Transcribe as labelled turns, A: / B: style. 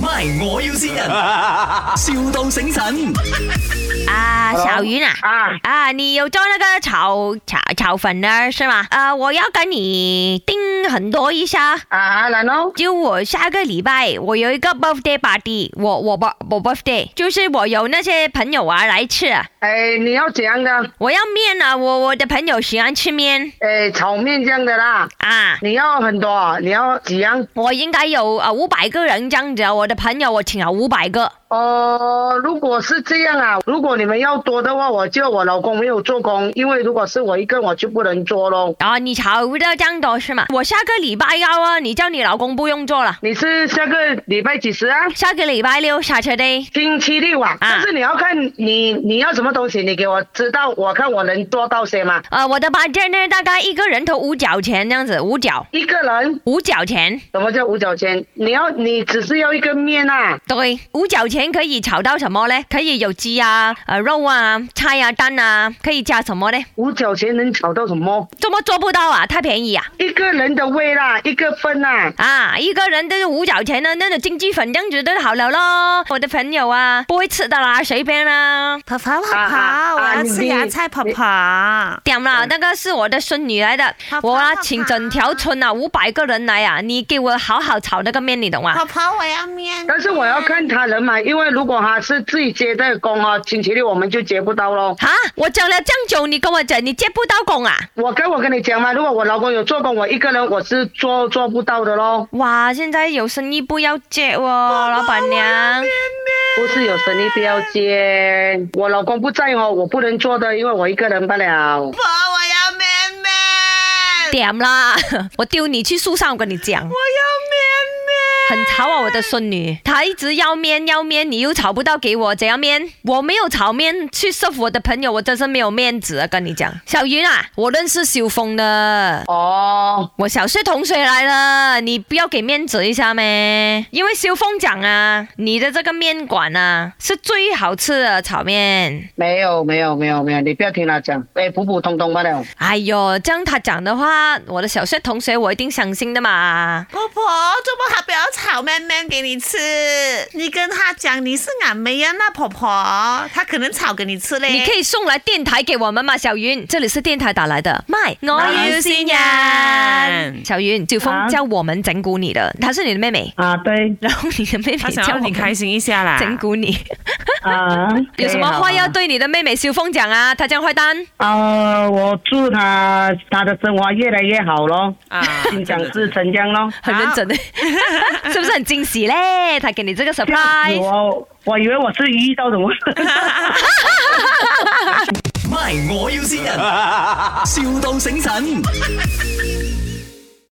A: MY，我要先人，, 笑到醒神。
B: 啊，
C: Hello
B: 小云啊，
C: 啊，
B: 啊，你有做那个炒炒炒粉的是吗？啊，我要跟你订很多一下，
C: 啊，然后
B: 就我下个礼拜我有一个 birthday party，我我我我 birthday，就是我有那些朋友啊来吃啊，
C: 哎，你要怎样的？
B: 我要面啊，我我的朋友喜欢吃面
C: 哎，炒面这样的啦，
B: 啊。
C: 你要很多啊，你要几样？
B: 我应该有啊五百个人这样子啊，我的朋友我请了五百个
C: 哦，如果是这样啊，如果你们要多的话，我就我老公没有做工，因为如果是我一个，我就不能做喽。
B: 然后啊你炒不到这样多是吗？我下个礼拜要啊，你叫你老公不用做了，
C: 你是下个礼拜几时啊？
B: 下个礼拜六 Saturday
C: 星期六啊，但是你要看你你要什么东西，你给我知道，我看我能做到些吗？
B: 呃，我的 budget 呢大概一个人头五角钱这样子，五角
C: 一个人
B: 五角钱，
C: 什么叫五角钱？你要你只是要一个面啊，
B: 对，五角钱可以炒到什么呢？可以有鸡啊、呃肉啊、菜啊、蛋啊，可以加什么呢？
C: 五角钱能炒到什么？
B: 怎么做不到啊？太便宜啊！
C: 一个人的胃啦，一个份啦。
B: 啊，一个人都是五角钱呢，那种经济粉这样子都好了咯。我的朋友啊，不会吃的啦，随便啦。
D: 婆婆婆
C: 啊啊
D: 婆，我
C: 啊
D: 要
C: 你啊
D: 吃芽菜婆婆。
B: 点啦，那个是我的孙女来的，
D: 好
B: 我啊
D: 好好
B: 请整条村啊五百个人来啊，你给我好好炒那个面，你懂吗？
D: 婆婆，我要面。
C: 但是我要看他人买，因为如果他是自己接的工哦，星期六我们就接不到喽。
B: 哈，我讲了这样久，你跟我讲你接不到工啊？
C: 我跟我跟你讲嘛，如果我老公有做工，我一个人我是做做不到的喽，
B: 哇，现在有生意不要接哦，老板娘。
C: 不是有生意不要接。我老公不在哦，我不能做的，因为我一个人不了。
D: 婆，我要面面。
B: 点啦， 我丢你去树上，我跟你讲。
D: 我要
B: 很吵啊！我的孙女，她一直要面要面，你又炒不到给我，怎样面？我没有炒面去 serve 我的朋友，我真是没有面子啊！跟你讲，小云啊，我认识小峰的，
C: 哦，
B: 我小学同学来了，你不要给面子一下咩？因为小峰讲啊，你的这个面馆啊是最好吃的炒面。
C: 没有没有没有没有，你不要听他讲，哎，普普通通罢了。
B: 哎呦，这样他讲的话，我的小学同学我一定相信的嘛。
D: 面。婆婆，做么还不要炒面面给你吃？你跟他讲你是俺妹呀，那婆婆，她可能炒给你吃嘞。
B: 你可以送来电台给我们嘛，小云，这里是电台打来的，麦，我要新人。小云，九峰
E: 啊
B: 叫我们整蛊你的，她是你的妹妹，
E: 啊，对
B: 然后你的妹
F: 他
B: 妹
F: 想
B: 叫
F: 要你开心一下啦。
B: 整蛊你，
E: 啊，
B: 有什么话要对你的妹妹秀峰讲啊？她这样坏蛋，
E: 呃，我祝他他的生活越来越好咯，
F: 啊，
E: 心想事成这样咯。
B: 很认真的， 是不是很惊喜嘞？她给你这个 surprise。
E: 我我以为我是遇到什么事。
A: MY，我要先人，,笑到醒神。